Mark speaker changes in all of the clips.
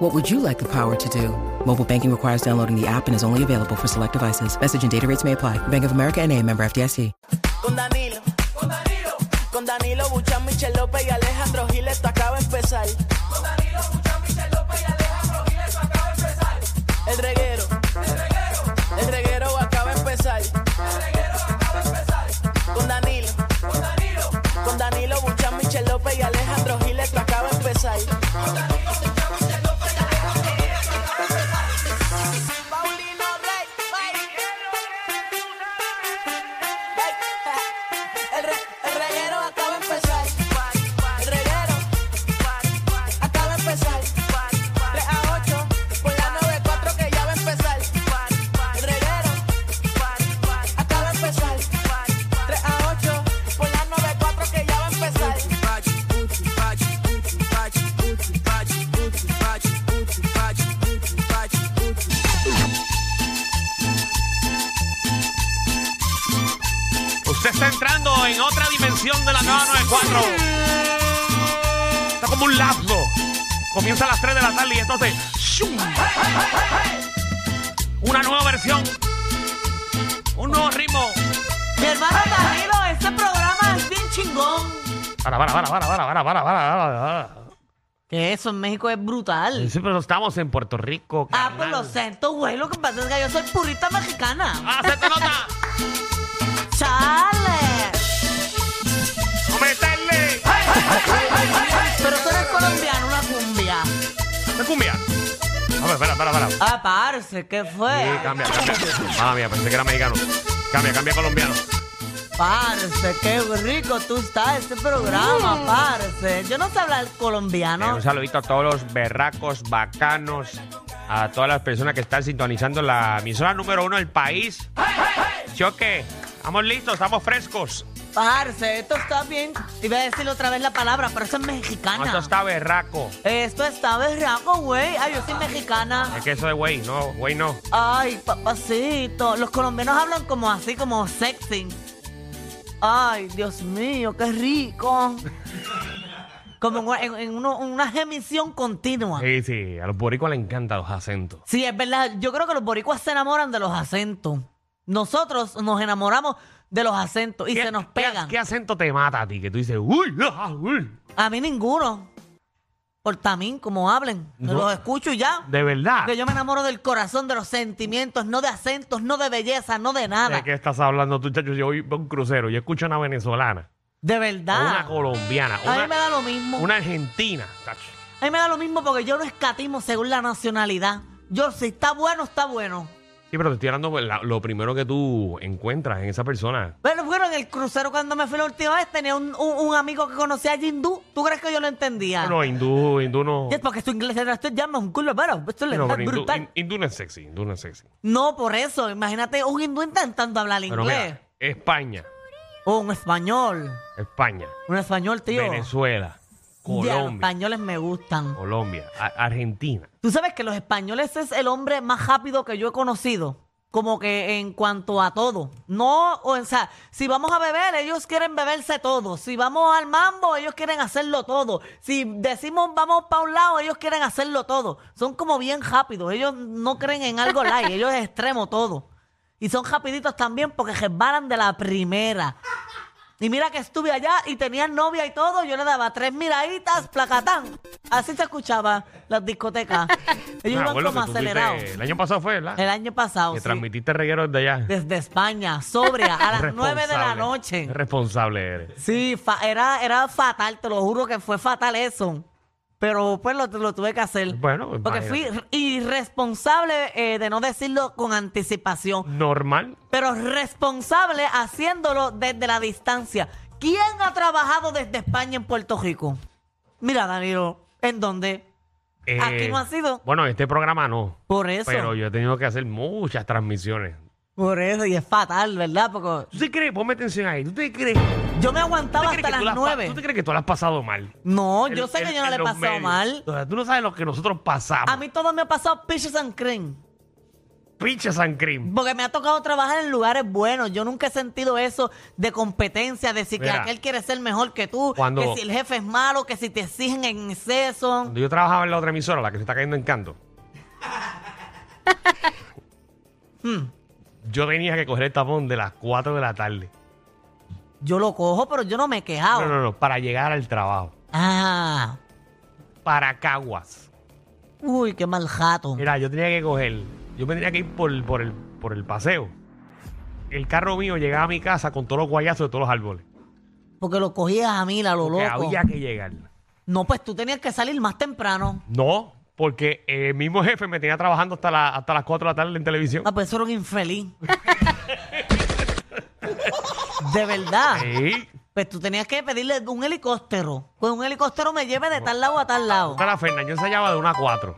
Speaker 1: What would you like the power to do? Mobile banking requires downloading the app and is only available for select devices. Message and data rates may apply. Bank of America and a member FDIC.
Speaker 2: Con Danilo, con Danilo, con Danilo Buchan, Michel López y Alejandro Gil, esto acaba de empezar. Con Danilo Buchan, Michel López y Alejandro Gil, esto acaba de empezar. El reguero, el reguero, el reguero acaba de empezar. El reguero acaba de empezar. Con Danilo, con Danilo, con Danilo Buchan, Michel López y Alejandro Gil, esto acaba de empezar. Con Danilo Buchan, Michel López y Alejandro Gil, esto acaba de empezar. Paulino Rey, El, re- el reguero acaba de empezar. El reguero acaba de empezar. 3 a 8 por la 94 que ya va a empezar. El reguero acaba de empezar. 3 a 8 por la 94 que ya va a empezar.
Speaker 3: Usted está entrando en otra dimensión de la 994. Está como un lapso. Comienza a las 3 de la tarde y entonces. ¡shum! Una nueva versión. Un nuevo ritmo.
Speaker 2: Mi hermano Danilo, este programa es bien chingón.
Speaker 3: Para, para, para, para, para, para, para, para, para, para.
Speaker 2: Que eso en México es brutal.
Speaker 3: Sí, pero estamos en Puerto Rico.
Speaker 2: Ah, por
Speaker 3: carnal.
Speaker 2: los centos, güey. Lo que pasa es que yo soy purita mexicana.
Speaker 3: ¡Ah, se te nota!
Speaker 2: ¡Chale!
Speaker 3: ¡Cometerle!
Speaker 2: Pero tú eres colombiano, una cumbia.
Speaker 3: ¡Me cumbia! A ver, espera, espera, espera.
Speaker 2: Ah, parce, ¿qué
Speaker 3: Sí,
Speaker 2: fue?
Speaker 3: cambia, cambia. Madre mía, pensé que era mexicano. Cambia, cambia colombiano.
Speaker 2: Parce, qué rico tú estás este programa, parce. Yo no sé hablar
Speaker 3: Eh,
Speaker 2: colombiano.
Speaker 3: un saludito a todos los berracos, bacanos, a todas las personas que están sintonizando la emisora número uno del país. Choque, estamos listos, estamos frescos.
Speaker 2: Parce, esto está bien. Iba a decir otra vez la palabra, pero eso es
Speaker 3: No, esto
Speaker 2: mexicana.
Speaker 3: está berraco.
Speaker 2: Esto está berraco, güey. Ay, yo soy mexicana.
Speaker 3: Es que eso de güey, no, güey no.
Speaker 2: Ay, papacito. Los colombianos hablan como así, como sexy. Ay, Dios mío, qué rico. Como en, una- en- en uno- una emisión continua.
Speaker 3: Sí, sí, a los boricos les encantan los acentos.
Speaker 2: Sí, es verdad. Yo creo que los boricuas se enamoran de los acentos. Nosotros nos enamoramos de los acentos y
Speaker 3: ¿Qué-
Speaker 2: se nos
Speaker 3: qué-
Speaker 2: pegan.
Speaker 3: ¿Qué, acento te mata a ti? Que tú dices, uy, ah, uy.
Speaker 2: A mí ninguno. Por también, como hablen.
Speaker 3: No.
Speaker 2: Los escucho y ya.
Speaker 3: De verdad.
Speaker 2: Porque yo me enamoro del corazón, de los sentimientos, no de acentos, no de belleza, no de nada.
Speaker 3: ¿De qué estás hablando tú, chacho? Yo voy a un crucero, yo escucho a una venezolana,
Speaker 2: De
Speaker 3: a una
Speaker 2: verdad.
Speaker 3: colombiana,
Speaker 2: A mí me
Speaker 3: una,
Speaker 2: da lo mismo.
Speaker 3: una argentina, chacho.
Speaker 2: A mí me da lo mismo porque yo no escatimo según la nacionalidad. Yo, si está bueno, está bueno.
Speaker 3: Sí, pero te estoy hablando pues, la- lo primero que tú encuentras en esa persona.
Speaker 2: Bueno, bueno, en el crucero cuando me fui la última vez tenía un, un- un amigo que conocía a hindú. ¿Tú crees que yo lo entendía?
Speaker 3: No, hindú, hindú no.
Speaker 2: Y es porque su inglés era esto llama un culo, pero esto le
Speaker 3: no,
Speaker 2: da
Speaker 3: pero hindú,
Speaker 2: brutal.
Speaker 3: hin- hindú no es sexy, hindú no es sexy.
Speaker 2: No, por eso, imagínate un hindú intentando hablar
Speaker 3: Pero
Speaker 2: inglés.
Speaker 3: mira, España,
Speaker 2: O un español.
Speaker 3: España,
Speaker 2: Un español, tío.
Speaker 3: Venezuela,
Speaker 2: Ya, los
Speaker 3: Colombia,
Speaker 2: españoles me gustan.
Speaker 3: Colombia, a- Argentina.
Speaker 2: Tú sabes que los españoles es el hombre más rápido que yo he conocido. Como que en cuanto a todo. No, o sea, si vamos a beber, ellos quieren beberse todo. Si vamos al mambo, ellos quieren hacerlo todo. Si decimos vamos para un lado, ellos quieren hacerlo todo. Son como bien rápidos. Ellos no creen en algo light. Ellos es extremo todo. Y son rapiditos también porque resbalan de la primera. Y mira que estuve allá y tenía novia y todo. Yo le daba tres miraditas, placatán. Así se escuchaba las discotecas. Ellos
Speaker 3: Ah,
Speaker 2: iban
Speaker 3: bueno, que
Speaker 2: como
Speaker 3: tú fuiste-
Speaker 2: acelerados.
Speaker 3: el año pasado fue, ¿verdad?
Speaker 2: El año pasado,
Speaker 3: que
Speaker 2: sí.
Speaker 3: transmitiste reguero desde allá.
Speaker 2: desde España, sobria, a las nueve de la
Speaker 3: Responsable.
Speaker 2: noche.
Speaker 3: Responsable eres.
Speaker 2: Sí, fa- era, era fatal, te lo juro que fue fatal eso. Pero pues lo, lo tuve que hacer.
Speaker 3: Bueno, pues,
Speaker 2: Porque fui
Speaker 3: imagínate.
Speaker 2: irresponsable eh, de no decirlo con anticipación.
Speaker 3: Normal.
Speaker 2: pero responsable haciéndolo desde la distancia. ¿Quién ha trabajado desde España en Puerto Rico? Mira, Danilo, ¿en dónde?
Speaker 3: eh,
Speaker 2: Aquí no ha sido.
Speaker 3: Bueno, este programa no.
Speaker 2: Por eso.
Speaker 3: Pero yo he tenido que hacer muchas transmisiones
Speaker 2: Por eso, y es fatal, ¿verdad? Porque
Speaker 3: ¿Tú te crees? Ponme atención ahí. ¿Tú te crees,
Speaker 2: yo me
Speaker 3: tú te
Speaker 2: aguantaba
Speaker 3: crees
Speaker 2: hasta
Speaker 3: que tú
Speaker 2: las
Speaker 3: la has pa- ¿Tú te
Speaker 2: nueve.
Speaker 3: crees que tú la has pasado mal?
Speaker 2: No, yo
Speaker 3: En-
Speaker 2: sé que
Speaker 3: en-
Speaker 2: yo no
Speaker 3: en
Speaker 2: le he
Speaker 3: los
Speaker 2: pasado
Speaker 3: medios.
Speaker 2: mal.
Speaker 3: O sea, tú no sabes lo que nosotros pasamos.
Speaker 2: A mí todo me ha pasado peaches and cream.
Speaker 3: Pinche San Cream.
Speaker 2: Porque me ha tocado trabajar en lugares buenos. Yo nunca he sentido eso de competencia, de si que
Speaker 3: Mira.
Speaker 2: aquel quiere ser mejor que tú,
Speaker 3: Cuando-
Speaker 2: que si el jefe es malo, que si te exigen en exceso.
Speaker 3: Cuando yo trabajaba en la otra emisora, la que se está cayendo en canto,
Speaker 2: Hmm.
Speaker 3: yo tenía que coger el tapón de las 4 de la tarde.
Speaker 2: Yo lo cojo, pero yo no me he quejado.
Speaker 3: No, no, no, para llegar al trabajo.
Speaker 2: Ah,
Speaker 3: Para Caguas.
Speaker 2: uy, qué mal jato.
Speaker 3: Mira, yo tenía que coger, yo me tenía que ir por, por el, por el paseo. El carro mío llegaba a mi casa con todos los guayazos de todos los árboles.
Speaker 2: Porque lo cogías a mil, a lo
Speaker 3: Porque
Speaker 2: loco.
Speaker 3: había que llegar.
Speaker 2: No, pues tú tenías que salir más temprano.
Speaker 3: No, porque el mismo jefe me tenía trabajando hasta, la- hasta las 4 de la tarde en televisión.
Speaker 2: Ah, pues eso era un infeliz. de verdad.
Speaker 3: Sí.
Speaker 2: Pues tú tenías que pedirle un helicóptero. Que un helicóptero me lleve de tal lado a tal lado.
Speaker 3: Hasta la Fernández, yo ensayaba de 1 a 4.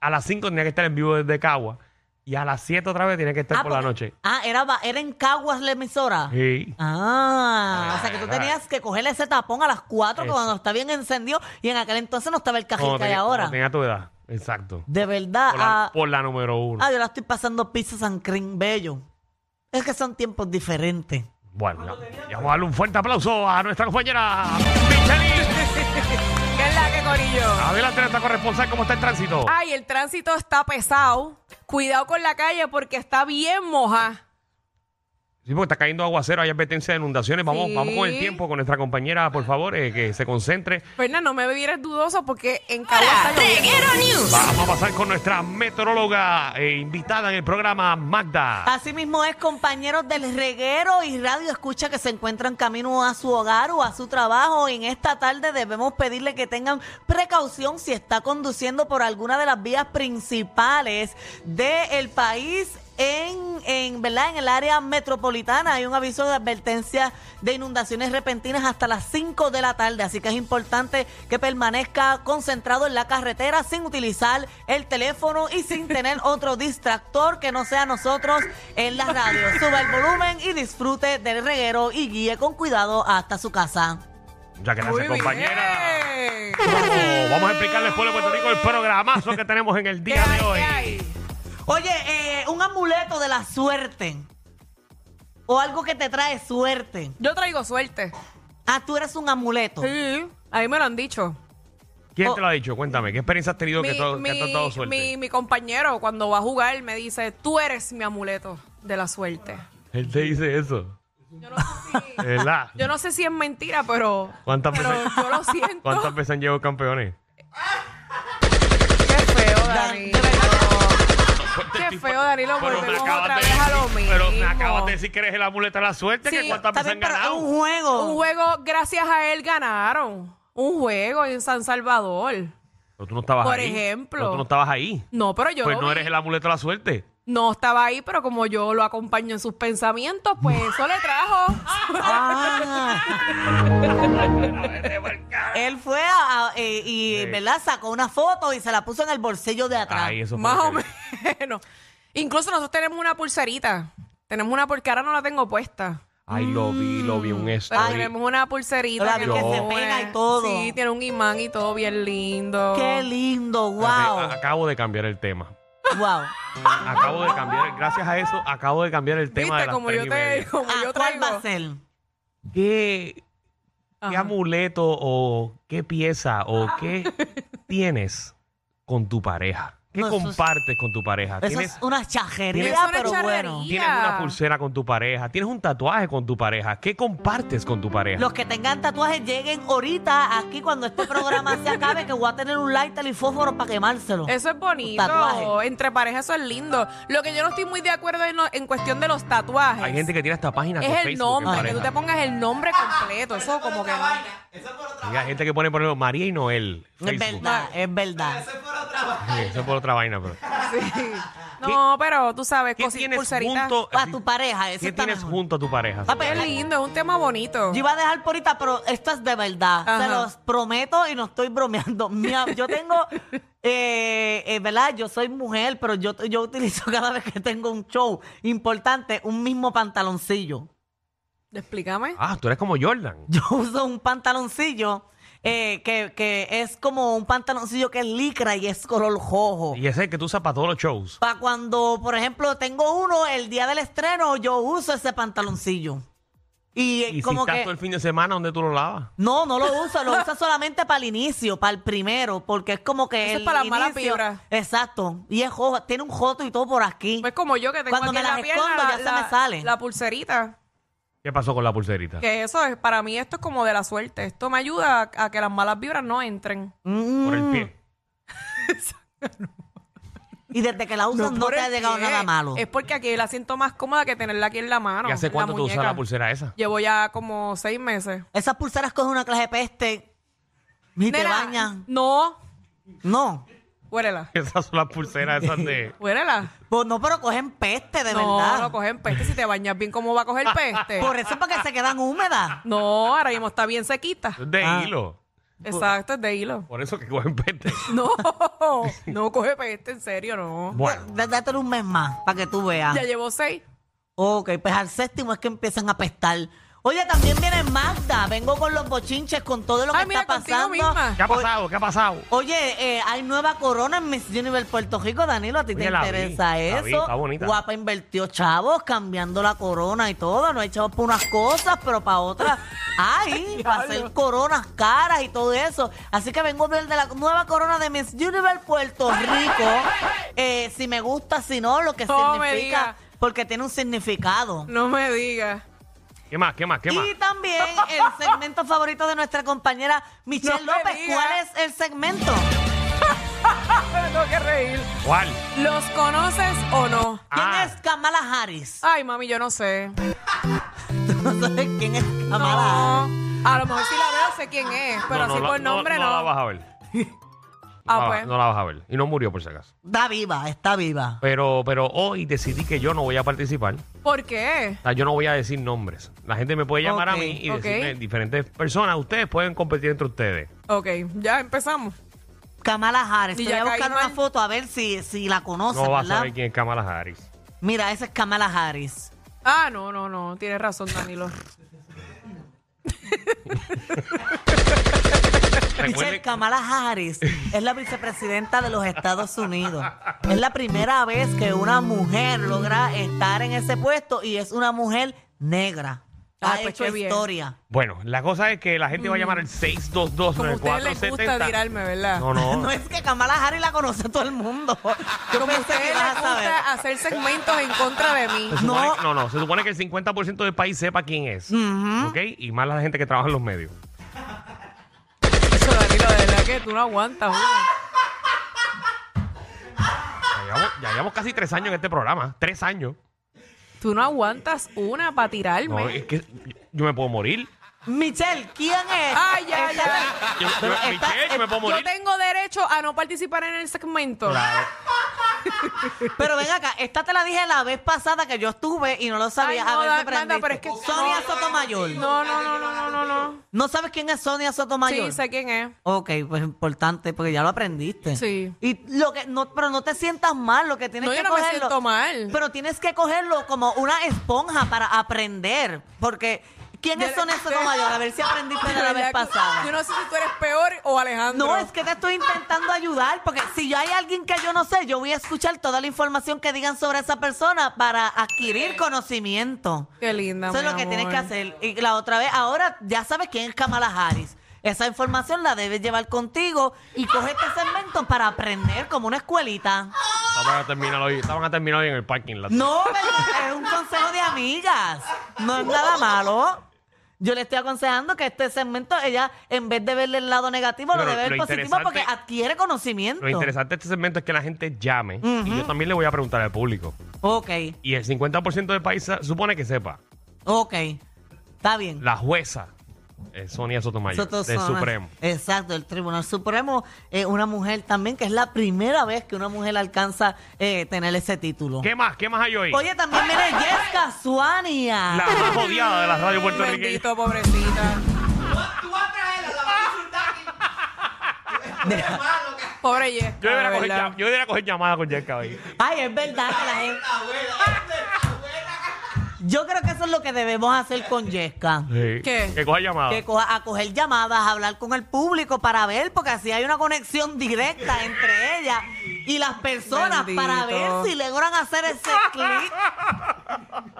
Speaker 3: A las 5 tenía que estar en vivo desde Cagua. Y a las 7 otra vez tenía que estar
Speaker 2: Ah,
Speaker 3: por la
Speaker 2: porque-
Speaker 3: noche.
Speaker 2: Ah, era, ba- era en Caguas la emisora.
Speaker 3: Sí.
Speaker 2: Ah, o sea que tú
Speaker 3: Ah.
Speaker 2: tenías que cogerle ese tapón a las 4
Speaker 3: Eso.
Speaker 2: cuando está bien encendido y en aquel entonces no estaba el cajín
Speaker 3: Cuando
Speaker 2: que hay
Speaker 3: tenía-
Speaker 2: ahora.
Speaker 3: cuando Tenía tu edad. Exacto.
Speaker 2: De verdad.
Speaker 3: Por la,
Speaker 2: ah,
Speaker 3: por la número 1.
Speaker 2: ah, yo la estoy pasando pizza San Crin Bello. Es que son tiempos diferentes.
Speaker 3: Bueno, ya, ya vamos a darle un fuerte aplauso a nuestra compañera Michelin.
Speaker 4: ¿Qué es la que corillo?
Speaker 3: Adelante, nuestra corresponsal, ¿cómo está el tránsito?
Speaker 4: Ay, el tránsito está pesado. Cuidado con la calle porque está bien moja.
Speaker 3: Sí, porque está cayendo aguacero, hay advertencia de inundaciones. Vamos,
Speaker 4: Sí.
Speaker 3: vamos con el tiempo con nuestra compañera, por favor, eh, que se concentre.
Speaker 4: Fernan, no me vieras dudoso porque en Caguas está lloviendo.
Speaker 3: Vamos a pasar con nuestra meteoróloga eh, invitada en el programa, Magda.
Speaker 2: Así mismo es, compañeros del reguero y radio escucha que se encuentran camino a su hogar o a su trabajo. En esta tarde debemos pedirle que tengan precaución si está conduciendo por alguna de las vías principales del país. En, en, ¿verdad? en el área metropolitana hay un aviso de advertencia de inundaciones repentinas hasta las 5 de la tarde, así que es importante que permanezca concentrado en la carretera sin utilizar el teléfono y sin tener otro distractor que no sea nosotros en la radio. Suba el volumen y disfrute del reguero y guíe con cuidado hasta su casa.
Speaker 3: Muchas gracias,
Speaker 4: Muy
Speaker 3: compañera. Oh,
Speaker 4: bien.
Speaker 3: Vamos, vamos a explicarle al pueblo de Puerto Rico el programazo que tenemos en el
Speaker 4: ¿Qué
Speaker 3: día
Speaker 4: hay,
Speaker 3: de hoy.
Speaker 4: qué hay?
Speaker 2: Oye, eh, un amuleto de la suerte o algo que te trae suerte.
Speaker 4: Yo traigo suerte.
Speaker 2: Ah, tú eres un
Speaker 3: Oh.
Speaker 2: amuleto.
Speaker 4: Sí, ahí me lo han dicho.
Speaker 3: ¿Quién te lo ha dicho? Cuéntame, ¿qué experiencia has tenido que, todo, que te ha dado suerte?
Speaker 4: mi- mi compañero cuando va a jugar me dice, tú eres mi amuleto de la suerte.
Speaker 3: Él te dice eso,
Speaker 4: Yo no sé si,
Speaker 3: de ¿verdad?
Speaker 4: yo no sé si es mentira, pero,
Speaker 3: ¿Cuántas
Speaker 4: pero
Speaker 3: veces-
Speaker 4: yo lo siento.
Speaker 3: ¿Cuántas veces han llegado campeones?
Speaker 4: Qué feo,
Speaker 2: Dani,
Speaker 4: Dani.
Speaker 2: de
Speaker 4: Qué feo, Danilo,
Speaker 3: Pero me
Speaker 4: volvemos
Speaker 3: acabas
Speaker 4: otra
Speaker 3: de
Speaker 4: vez a lo
Speaker 3: decir- Pero me
Speaker 4: mismo.
Speaker 3: acabas de decir que eres el amuleto de la suerte,
Speaker 4: Sí,
Speaker 3: que cuántas
Speaker 2: Está
Speaker 3: veces han
Speaker 2: bien, pero es
Speaker 3: ganado.
Speaker 4: uh,
Speaker 2: un juego.
Speaker 4: Un juego, gracias a él ganaron. Un juego en San Salvador.
Speaker 3: Pero tú no estabas
Speaker 4: Por
Speaker 3: ahí.
Speaker 4: ejemplo.
Speaker 3: Pero tú no estabas ahí.
Speaker 4: No, pero yo
Speaker 3: pues
Speaker 4: lo
Speaker 3: no
Speaker 4: vi.
Speaker 3: eres el amuleto de la suerte.
Speaker 4: No estaba ahí, pero como yo lo acompaño en sus pensamientos, pues eso le trajo.
Speaker 2: Ah. Él fue a- a- eh, y,
Speaker 3: Sí.
Speaker 2: ¿verdad? Sacó una foto y se la puso en el bolsillo de atrás.
Speaker 3: Ahí, eso fue
Speaker 4: Más
Speaker 3: lo
Speaker 4: o
Speaker 3: que-
Speaker 4: menos. Incluso nosotros tenemos una pulserita. Tenemos una porque ahora no la tengo puesta.
Speaker 3: Ay, lo vi, lo vi, un
Speaker 4: Mm. Pero
Speaker 3: story.
Speaker 4: tenemos una pulserita
Speaker 2: La vi
Speaker 3: que
Speaker 4: nos
Speaker 3: se
Speaker 4: une.
Speaker 2: pega y todo.
Speaker 4: Sí, tiene un imán y todo bien lindo.
Speaker 2: Qué lindo,
Speaker 3: Espérate,
Speaker 2: wow.
Speaker 3: a- Acabo de cambiar el tema.
Speaker 2: wow.
Speaker 4: Ah,
Speaker 3: Acabo de cambiar, gracias a eso, acabo de cambiar el tema de
Speaker 4: Viste
Speaker 3: las
Speaker 4: como
Speaker 3: tres
Speaker 4: yo
Speaker 3: y
Speaker 4: te
Speaker 3: media.
Speaker 4: como
Speaker 2: Ah, ¿Cuál
Speaker 4: yo traigo.
Speaker 2: va a ser?
Speaker 3: Ah, ¿Qué, qué
Speaker 4: Ajá.
Speaker 3: amuleto o qué pieza o qué tienes con tu pareja? ¿Qué
Speaker 2: No, eso es-
Speaker 3: compartes con tu pareja?
Speaker 2: Eso
Speaker 3: ¿Tienes,
Speaker 2: es una chajería,
Speaker 4: Eso es una
Speaker 2: pero bueno.
Speaker 4: charrería.
Speaker 3: tienes una pulsera con tu pareja? ¿Tienes un tatuaje con tu pareja? ¿Qué compartes con tu pareja?
Speaker 2: Los que tengan tatuajes lleguen ahorita aquí cuando este programa se acabe que voy a tener un lighter y fósforo para quemárselo.
Speaker 4: Eso es bonito.
Speaker 2: Un tatuaje.
Speaker 4: Entre parejas eso es lindo. Lo que yo no estoy muy de acuerdo en, en cuestión de los tatuajes.
Speaker 3: Hay gente que tiene hasta páginas de
Speaker 4: es el
Speaker 3: Facebook en
Speaker 4: nombre, que
Speaker 3: pareja.
Speaker 4: tú te pongas el nombre completo. Eso como que.
Speaker 3: Hay gente que pone, por ejemplo, María y Noel.
Speaker 2: es
Speaker 3: Facebook.
Speaker 2: verdad, es verdad.
Speaker 3: Sí, eso es por otra vaina, pero.
Speaker 4: Sí. No, pero tú sabes,
Speaker 3: ¿Qué
Speaker 4: cosas
Speaker 3: tienes
Speaker 4: pulseritas.
Speaker 3: junto?
Speaker 2: A tu pareja, ese
Speaker 3: ¿Qué
Speaker 2: está
Speaker 3: tienes
Speaker 2: mejor.
Speaker 3: junto a tu pareja?
Speaker 2: Papi,
Speaker 4: Es lindo, es un tema bonito.
Speaker 2: Yo iba a dejar por ahorita, pero esto es de verdad.
Speaker 4: Ajá.
Speaker 2: Se los prometo y no estoy bromeando. Mi am- yo tengo, eh, eh, ¿verdad? Yo soy mujer, pero yo, yo utilizo cada vez que tengo un show importante un mismo pantaloncillo.
Speaker 4: Explícame.
Speaker 3: Ah, tú eres como Jordan.
Speaker 2: Yo uso un pantaloncillo eh, que, que es como un pantaloncillo que es licra y es color rojo.
Speaker 3: Y ese es el que tú usas para todos los shows.
Speaker 2: Para cuando, por ejemplo, tengo uno el día del estreno, yo uso ese pantaloncillo. Y, eh,
Speaker 3: Y si
Speaker 2: como
Speaker 3: estás
Speaker 2: que...
Speaker 3: todo el fin de semana, ¿dónde tú lo lavas?
Speaker 2: No, no lo usa, lo usa solamente para el inicio, para el primero, porque es como que
Speaker 4: Eso es
Speaker 2: el
Speaker 4: para las malas
Speaker 2: inicio-
Speaker 4: vibras.
Speaker 2: Exacto. Y es jo- tiene un joto y todo por aquí.
Speaker 4: Pues como yo que tengo
Speaker 2: Cuando
Speaker 4: aquí
Speaker 2: me
Speaker 4: en
Speaker 2: las
Speaker 4: la pierna
Speaker 2: escondo,
Speaker 4: la,
Speaker 2: ya se
Speaker 4: la-
Speaker 2: me sale.
Speaker 4: la pulserita.
Speaker 3: ¿Qué pasó con la pulserita?
Speaker 4: Que eso es, para mí esto es como de la suerte. Esto me ayuda a, a que las malas vibras no entren.
Speaker 2: Mm.
Speaker 3: Por el pie.
Speaker 2: Y desde que la usas no,
Speaker 4: por
Speaker 2: te ha
Speaker 4: el
Speaker 2: llegado
Speaker 4: pie.
Speaker 2: nada malo.
Speaker 4: Es porque aquí la siento más cómoda que tenerla aquí en la mano.
Speaker 3: ¿Y hace
Speaker 4: en
Speaker 3: cuánto tú usas
Speaker 4: muñeca.
Speaker 3: la pulsera esa?
Speaker 4: Llevo ya como seis meses.
Speaker 2: Esas pulseras cogen una clase de peste. Ni te
Speaker 4: Nena,
Speaker 2: bañan.
Speaker 4: No,
Speaker 2: No.
Speaker 4: huérela.
Speaker 3: Esas son las pulseras esas de...
Speaker 4: Huérela.
Speaker 2: Pues no, pero cogen peste, de
Speaker 4: no,
Speaker 2: verdad.
Speaker 4: no cogen peste. Si te bañas bien, ¿cómo va a coger peste?
Speaker 2: Por eso es porque se quedan húmedas.
Speaker 4: No, ahora mismo está bien sequita.
Speaker 3: de
Speaker 2: Ah.
Speaker 3: hilo.
Speaker 4: Exacto, es de hilo.
Speaker 3: Por eso que cogen peste.
Speaker 4: No, no coge peste, en serio, no.
Speaker 3: Bueno,
Speaker 2: Dá- Dátelo un mes más para que tú veas.
Speaker 4: Ya llevo seis.
Speaker 2: Ok, pues al séptimo es que empiezan a pestar. Oye, también viene Magda. Vengo con los bochinches, con todo lo que
Speaker 4: Ay, mira,
Speaker 2: está
Speaker 4: contigo
Speaker 2: pasando.
Speaker 4: misma.
Speaker 3: ¿qué ha pasado? ¿Qué ha pasado?
Speaker 2: Oye, eh, hay nueva corona en Miss Universe Puerto Rico, Danilo, ¿a ti
Speaker 3: Oye,
Speaker 2: te
Speaker 3: la vi,
Speaker 2: interesa
Speaker 3: la vi,
Speaker 2: eso?
Speaker 3: está bonita.
Speaker 2: Guapa invirtió chavos, cambiando la corona y todo, no hay chavos para unas cosas, pero para otras, ay, para hacer coronas caras y todo eso. Así que vengo a hablar de la nueva corona de Miss Universe Puerto Rico, Eh, si me gusta, si no, lo que
Speaker 4: No me
Speaker 2: significa,
Speaker 4: diga.
Speaker 2: porque tiene un significado.
Speaker 4: No me digas.
Speaker 3: ¿Qué más? ¿Qué más? ¿Qué más?
Speaker 2: Y también el segmento favorito de nuestra compañera Michelle
Speaker 4: No me
Speaker 2: López.
Speaker 4: diga.
Speaker 2: ¿Cuál es el segmento?
Speaker 4: Me tengo que reír.
Speaker 3: ¿Cuál?
Speaker 4: ¿Los conoces o no?
Speaker 2: ¿Quién
Speaker 3: Ah.
Speaker 2: es Kamala Harris?
Speaker 4: Ay, mami, yo no sé.
Speaker 2: ¿Tú no sabes quién es Kamala Harris?
Speaker 4: No. A lo mejor sí la veo, sé quién es, pero así
Speaker 3: la-
Speaker 4: por nombre no.
Speaker 3: No la vas a ver.
Speaker 4: Ah,
Speaker 3: no,
Speaker 4: pues.
Speaker 3: no la vas a ver. Y no murió por si acaso.
Speaker 2: Está viva, está viva.
Speaker 3: Pero, pero hoy decidí que yo no voy a participar.
Speaker 4: ¿Por qué?
Speaker 3: O sea, yo no voy a decir nombres. La gente me puede llamar
Speaker 2: Ok,
Speaker 3: a mí y
Speaker 4: ok.
Speaker 3: decirme diferentes personas. Ustedes pueden competir entre ustedes.
Speaker 4: Ok, ya empezamos.
Speaker 2: Kamala Harris.
Speaker 4: Y
Speaker 2: Te voy
Speaker 4: ya
Speaker 2: a buscar
Speaker 4: caí
Speaker 2: una
Speaker 4: mal.
Speaker 2: foto a ver si, si la conoces,
Speaker 3: No vas a
Speaker 2: ¿verdad?
Speaker 3: saber quién es Kamala Harris.
Speaker 2: Mira, esa es Kamala Harris.
Speaker 4: Ah, no, no, no. Tienes razón, Danilo.
Speaker 2: Michelle
Speaker 3: Recuerden,
Speaker 2: Kamala Harris es la vicepresidenta de los Estados Unidos. Es la primera vez que una mujer logra estar en ese puesto y es una mujer negra. Ha
Speaker 4: Ah, pues
Speaker 2: hecho
Speaker 4: qué bien.
Speaker 2: historia.
Speaker 3: bueno, la cosa es que la gente va a llamar al
Speaker 4: Como a ustedes les gusta
Speaker 3: 622-9470.
Speaker 4: tirarme, ¿verdad?
Speaker 3: No, no.
Speaker 2: No es que Kamala Harris la conoce todo el mundo. Yo
Speaker 4: Como
Speaker 2: pensé
Speaker 4: a
Speaker 2: que
Speaker 4: ustedes
Speaker 2: ibas
Speaker 4: les
Speaker 2: a saber.
Speaker 4: gusta hacer segmentos en contra de mí.
Speaker 3: Se supone- no. no, se supone que el 50% del país sepa quién es. ¿Ok? Y más la gente que trabaja en los medios.
Speaker 4: Eso, Danilo, de verdad que tú no aguantas. una.
Speaker 3: Ya llevamos, ya llevamos casi tres años en este programa. Tres años.
Speaker 4: Tú no aguantas una para
Speaker 3: No,
Speaker 4: tirarme.
Speaker 3: es que yo me puedo morir.
Speaker 2: Michelle, ¿quién es?
Speaker 4: Ay, ya,
Speaker 2: Esta-
Speaker 4: ya.
Speaker 3: Yo, yo-
Speaker 2: Pero está-
Speaker 3: Michelle, yo me puedo
Speaker 4: Yo
Speaker 3: morir.
Speaker 4: tengo derecho a no participar en el segmento.
Speaker 3: Claro.
Speaker 2: Pero ven acá, esta te la dije la vez pasada que yo estuve y no lo sabía.
Speaker 4: Ay,
Speaker 2: a
Speaker 4: no,
Speaker 2: ver,
Speaker 4: da-
Speaker 2: si aprendiste.
Speaker 4: manda, pero es que-
Speaker 2: Sonia
Speaker 4: no,
Speaker 2: Sotomayor. No.
Speaker 4: No, no, no, no, no, no, no.
Speaker 2: sabes quién es Sonia
Speaker 4: Sí,
Speaker 2: Sotomayor?
Speaker 4: sé quién es.
Speaker 2: Ok, pues importante, porque ya lo aprendiste.
Speaker 4: Sí.
Speaker 2: Y lo que, no, pero no te sientas mal, lo que tienes
Speaker 4: No,
Speaker 2: que
Speaker 4: yo no me
Speaker 2: cogerlo.
Speaker 4: siento mal.
Speaker 2: Pero tienes que cogerlo como una esponja para aprender. Porque, ¿quién es
Speaker 4: De-
Speaker 2: Sonia
Speaker 4: de-
Speaker 2: Sotomayor? A ver si aprendiste de la
Speaker 4: verdad
Speaker 2: vez
Speaker 4: que-
Speaker 2: pasada.
Speaker 4: Yo no sé si tú eres peor o Alejandro.
Speaker 2: No, es que te estoy intentando ayudar, porque si yo hay alguien que yo no sé, yo voy a escuchar toda la información que digan sobre esa persona para adquirir conocimiento.
Speaker 4: Qué linda,
Speaker 2: Eso es lo
Speaker 4: mi
Speaker 2: que tienes
Speaker 4: amor.
Speaker 2: que hacer. Y la otra vez, ahora ya sabes quién es Kamala Harris. Esa información la debes llevar contigo y coge este segmento para aprender como una escuelita.
Speaker 3: Estaban a terminar hoy, estaban a terminar hoy en el parking lot.
Speaker 2: No, pero es un consejo de amigas. No es nada malo. Yo le estoy aconsejando que este segmento, ella, en vez de verle el lado negativo, lo
Speaker 3: Pero
Speaker 2: debe ver
Speaker 3: lo
Speaker 2: positivo porque
Speaker 3: interesante-
Speaker 2: adquiere conocimiento.
Speaker 3: Lo interesante de este segmento es que la gente llame y yo también le voy a preguntar al público.
Speaker 2: Ok,
Speaker 3: Y el 50% del país sa- supone que sepa.
Speaker 2: ok. Está bien.
Speaker 3: La jueza eh, Sonia Sotomayor,
Speaker 2: Soto
Speaker 3: del
Speaker 2: Zona.
Speaker 3: Supremo.
Speaker 2: Exacto, el Tribunal Supremo, eh, una mujer también, que es la primera vez que una mujer alcanza eh, tener ese título.
Speaker 3: ¿Qué más? ¿Qué más hay hoy?
Speaker 2: Oye, también mire, Jessica Suania.
Speaker 3: La más odiada de la radio puertorriqueña.
Speaker 4: Bendito, pobrecita.
Speaker 5: Tú vas a traerla, la vas a insultar aquí. Tú eres malo, que-
Speaker 4: Pobre Jessica,
Speaker 3: Yo
Speaker 4: de
Speaker 3: debería, coger,
Speaker 4: verdad.
Speaker 3: llam- yo debería coger llamada con Jessica hoy.
Speaker 2: Ay, es verdad que la gente-
Speaker 5: La abuela, esta es la abuela.
Speaker 2: Yo creo que eso es lo que debemos hacer con Jessica.
Speaker 3: Sí.
Speaker 4: ¿Qué?
Speaker 3: Que coja llamada.
Speaker 2: Que coja- a coger llamadas, a hablar con el público para ver, porque así hay una conexión directa entre ella y las personas
Speaker 4: Bendito.
Speaker 2: para ver si logran hacer ese clic.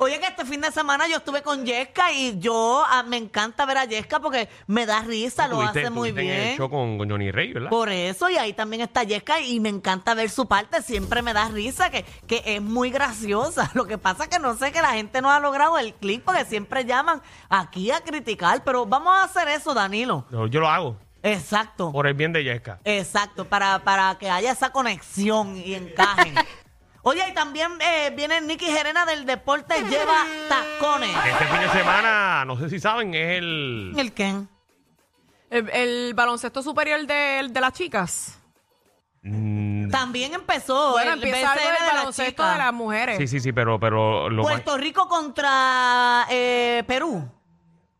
Speaker 2: Oye, que este fin de semana yo estuve con Yesca y yo ah, me encanta ver a Yesca porque me da risa, lo
Speaker 3: Tuviste-
Speaker 2: hace muy
Speaker 3: tuviste en el
Speaker 2: bien.
Speaker 3: show con, con Johnny Rey, ¿verdad?
Speaker 2: Por eso, y ahí también está Yesca y me encanta ver su parte, siempre me da risa, que, que es muy graciosa. Lo que pasa es que no sé que la gente no ha logrado el clip porque siempre llaman aquí a criticar, pero vamos a hacer eso, Danilo.
Speaker 3: No, yo lo hago
Speaker 2: Exacto.
Speaker 3: por el bien de Jessica.
Speaker 2: Exacto, para, para que haya esa conexión y encaje. Oye, y también eh, viene Nicky Gerena del Deporte Lleva Tacones.
Speaker 3: Este fin de semana, no sé si saben, es el...
Speaker 2: ¿El Ken?
Speaker 4: El, el baloncesto superior de, de las chicas.
Speaker 3: Mm,
Speaker 2: También empezó
Speaker 4: Bueno,
Speaker 2: el
Speaker 4: empieza algo
Speaker 2: BCN de
Speaker 4: del
Speaker 2: la
Speaker 4: baloncesto
Speaker 2: chica.
Speaker 4: de las mujeres.
Speaker 3: sí, sí, sí, pero, pero lo más-
Speaker 2: Puerto Rico contra eh, Perú.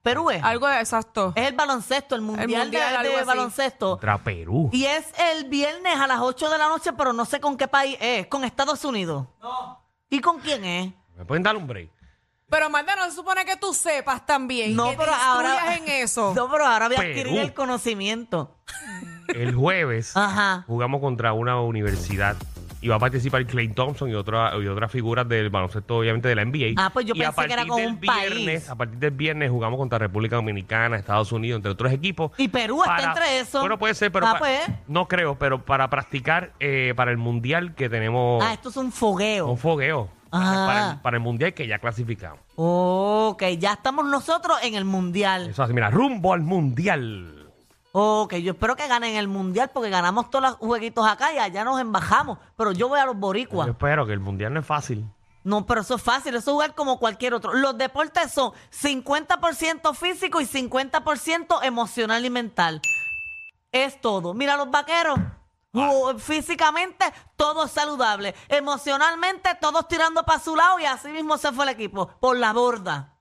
Speaker 2: Perú es.
Speaker 4: Algo de exacto.
Speaker 2: Es el baloncesto, el mundial,
Speaker 4: mundial,
Speaker 2: de- de,
Speaker 4: algo así.
Speaker 2: baloncesto.
Speaker 3: contra Perú.
Speaker 2: Y es el viernes a las 8 de la noche, pero no sé con qué país es. ¿Con Estados Unidos? ¿Y con quién es?
Speaker 3: ¿Me pueden dar un break?
Speaker 4: Pero manda, no se supone que tú sepas también.
Speaker 2: No,
Speaker 4: que te
Speaker 2: pero ahora.
Speaker 4: instruyas en eso.
Speaker 2: No, pero ahora voy a
Speaker 3: Perú.
Speaker 2: adquirir el conocimiento.
Speaker 3: El jueves
Speaker 2: Ajá.
Speaker 3: jugamos contra una universidad y va a participar Clay Thompson y otra y otras figuras del baloncesto, obviamente, de la NBA.
Speaker 2: Ah, pues yo
Speaker 3: Y a
Speaker 2: pensé que era
Speaker 3: partir
Speaker 2: con
Speaker 3: del
Speaker 2: un país.
Speaker 3: viernes, A partir del viernes jugamos contra República Dominicana, Estados Unidos, entre otros equipos.
Speaker 2: Y Perú está entre eso.
Speaker 3: Bueno, puede ser, pero
Speaker 2: Ah,
Speaker 3: pa-
Speaker 2: pues.
Speaker 3: no creo, pero para practicar eh, para el mundial que tenemos
Speaker 2: Ah, esto es un fogueo.
Speaker 3: un fogueo.
Speaker 2: Ah.
Speaker 3: Para, el, para el mundial que ya clasificamos. Oh.
Speaker 2: ok, ya estamos nosotros en el mundial.
Speaker 3: Eso así, mira, rumbo al mundial.
Speaker 2: Ok, yo espero que ganen el mundial porque ganamos todos los jueguitos acá y allá nos embajamos. Pero yo voy a los
Speaker 3: Yo
Speaker 2: boricuas.
Speaker 3: espero que el mundial no es fácil.
Speaker 2: No, pero eso es fácil, eso es jugar como cualquier otro. Los deportes son 50% físico y 50% emocional y mental. Es todo. Mira los vaqueros. uh, Físicamente todos saludables, emocionalmente todos tirando para su lado y así mismo se fue el equipo, por la borda.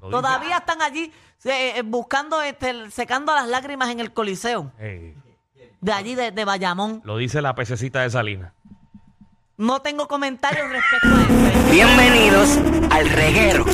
Speaker 3: Lo digo.
Speaker 2: Todavía están allí eh, eh, buscando, este, secando las lágrimas en el Coliseo,
Speaker 3: Eh,
Speaker 2: de allí, de, de Bayamón.
Speaker 3: lo dice la pececita de Salina.
Speaker 2: No tengo comentarios respecto a eso.
Speaker 6: Bienvenidos al reguero.